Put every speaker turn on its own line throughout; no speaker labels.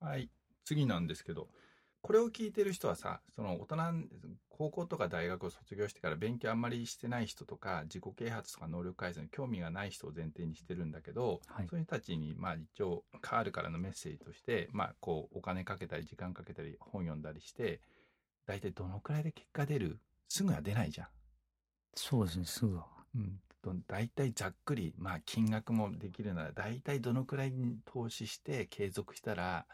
はい。次なんですけど、これを聞いてる人はさ、その大人、高校とか大学を卒業してから勉強あんまりしてない人とか、自己啓発とか能力改善に興味がない人を前提にしてるんだけど、
はい。
そういう人たちに、まあ一応、カールからのメッセージとして、まあこう、お金かけたり、時間かけたり、本読んだりして、大体どのくらいで結果出るすぐは出ないじゃ
そうですね、すぐは。
ん。うん。と大体ざっくり、まあ金額もできるなら、大体どのくらいに投資して継続したら、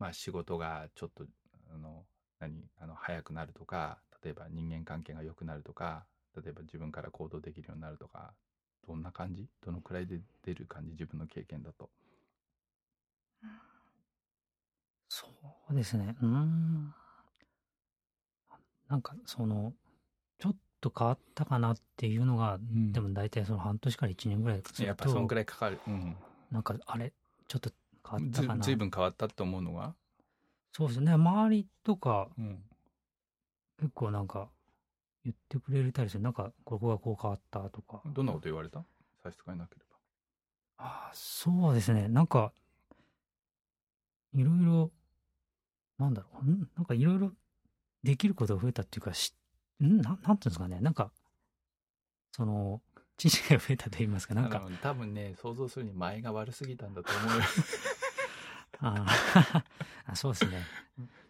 まあ仕事がちょっと、あの、何、あの、早くなるとか、例えば人間関係が良くなるとか、例えば自分から行動できるようになるとか、どんな感じどのくらいで出る感じ自分の経験だと。
そうですね。うーん。なんか、その、ちょっと変わったかなっていうのが、
う
で
ん。
も大体その半年から1年ぐらいす
や
る
っぱそんく
と、
らいかかる。うん。
なんか、あれ、ちょっと変わった
ず、
か
ずい
な。
ぶん変わったって思うのが
そうですね。周りとか
うん。
結構なんか言ってくれたりして、なんか、ここがこう変わったとか。
どんなこと言われた差し支えなければ。
ああ、そうですね。なんか、いろいろ、なんだろう。んなんかいろいろできることが増えたっていうか、し、んな、なんていうんですかね。なんか、その、知識が増えたと言いますか、なん
あ
か、
の、多分ね、想像するに前が悪すぎたんだと思うよ。
あーあ、そうですね。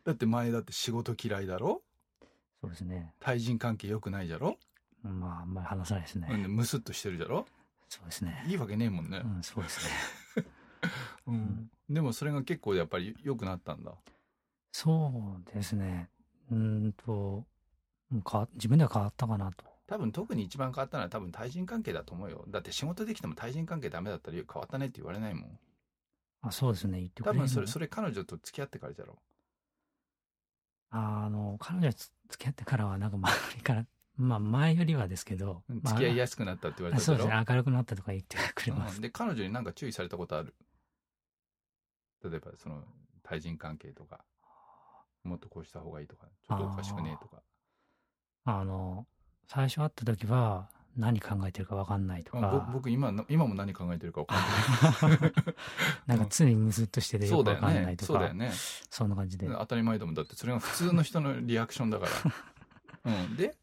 だって前だって仕事嫌いだろ
そうですね。
対人関係良くないじゃろ
まあ、あんまり話さないです
うん
ね。
ムスッとしてるじゃろ
そうですね。
いいわけねえもん
う
ね。
ん、そうですね。
う。
うんん、
でもそれが結構やっぱり良くなったんだ。
そうですね。うーんと、うん変わ自分では変わったかなと。
多分特に一番変わったのは多分対人関係だと思うよ。だって仕事できても対人関係ダメだったら変わったねって言われないもん。
あ、そうですね。言って
多
くれ
分
る
そ
の
れ、
が。
それ彼女と付き合ってからじゃろ。
あの、彼女と付き合ってからは、なんか周りから、まあ前よりはですけど、
うん付き合い
ま
やすくなったって言われ
あ、あ
た
そ
じゃ
うです
ろ。
ね、明るくなったとか言ってくれま
うん。
す。
で、彼女になんか注意されたことある。例えばその対人関係とか、もっとこうした方がいいとか、ちょっとおかしくねえと
あ
か。
あ、あの、最初会った時は、何考えてるかわかんないと
あぼ
か、
僕今の、今も何考えてるか分かんない。
なん
う
か
ん、
常にムスっとしててよ
そう
く
だ
わ
よ
かんな
ね。
いと
そうだよ
か、
ね。
そんな感じで。
当たり前だもん。だってそれが普通の人のリアクションだから。 うん。で、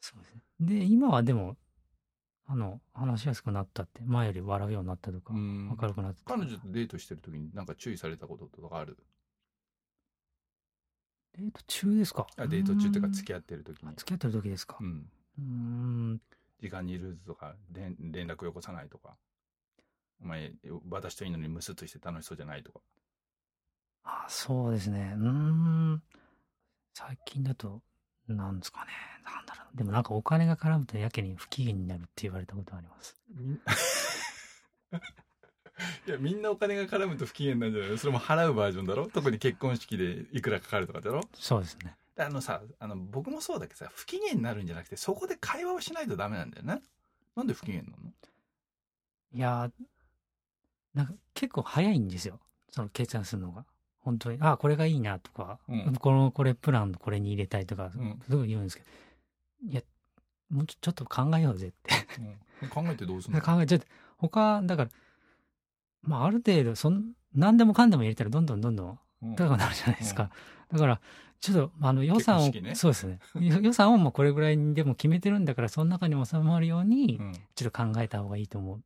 そうですね。で、今はでも、あの、話しやすくなったって、前より笑うようになったと
う
か、
ん。
明るくなったと
彼女
か、
とデートしてる時になんか注意されたこととかある
デート中ですか
あ
うー
デート中とか付
ん。
き合ってる時
あ
に。
付き合ってる時です
う
か
ん。
うーん、
時間にルーズとか、連連絡よこさないとか。お前、私といいのにムスッとして楽しそうじゃないとか。
あ、そうですね。うーん。最近だと、なんですかね。なんだろう。でもなんかお金が絡むとやけに不機嫌になるって言われたことあります。
みんいや、みんなお金が絡むと不機嫌なんじゃないのそれも払うバージョンだろ特に結婚式でいくらかかるとかだろ
そうですね。
あのさ、あの、僕もそうだけどさ、不機嫌になるんじゃなくて、そこで会話をしないとダメなんだよね。なんで不機嫌なの
いやー、なんか結構早いんですよ。その決断するのが。本当に、あ、これがいいなとか、
うん。
この、これプランこれに入れたいとか、
うん。
すごい言うんですけど、いや、もうちょ、ちょっと考えようぜって。
うん。考えてどうすんの
考えちゃって、他、だから、まあ、ある程度、そん、何でもかんでも入れたら、どんどんどんどん
うん。
高くなるじゃないで
う
す
ん。
か。だから、ちょっと、まああの、予
結婚
算を、
式ね。
そうですね。予予算を、まあ、これぐらいにでも決めてるんだから、その中に収まるよう
う
に、
ん。
ちょっと考えた方がいいと思うっ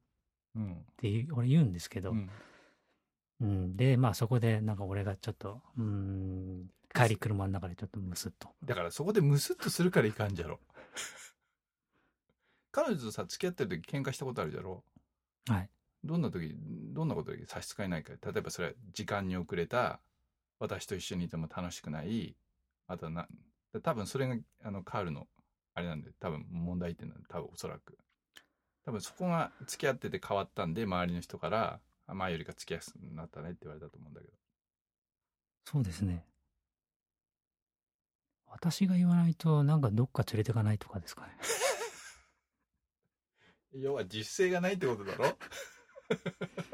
うん。
ていう、俺言うんですけ
う
ど。
ん。
うん。で、まあ、そこで、なんか俺がちょっと、うーん、
で
帰
す
り車の中でちょっとムスっと。
だからそこでムスッとするからいかんじゃろ。 彼女とさ、付き合ってる時喧嘩したことあるじゃろ。
はい。
どんな時、どんなことで差し支えないか。例えばそれは時間に遅れた、私と一緒にいても楽しくない、あとはな、多分それが、あの、カールの、あれなんで、多分問題点なんで、多分おそらく。多分そこが付き合ってて変わったんで、周りの人から、あ前よりか付き合いやすくなったねって言われたと思うんだけど。
そうですね。私が言わないと、なんかどっか連れてかないとかですかね。
要は実践がないってことだろ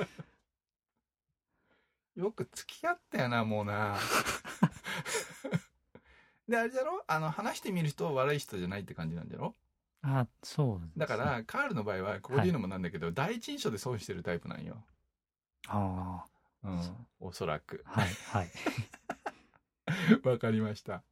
よく付き合ったよな、もうな。 で、あれだろあの、話してみる人は悪い人じゃないって感じなんだろ
あ、そう
だ
で
か
すね。
ら、カールの場合は、ここで
は
言うの
い。
もなんだけど、第一印象で損してるタイプなんよ。
ああ、
う
そ
ん。
おそらく。
はい、はい。
わかりました。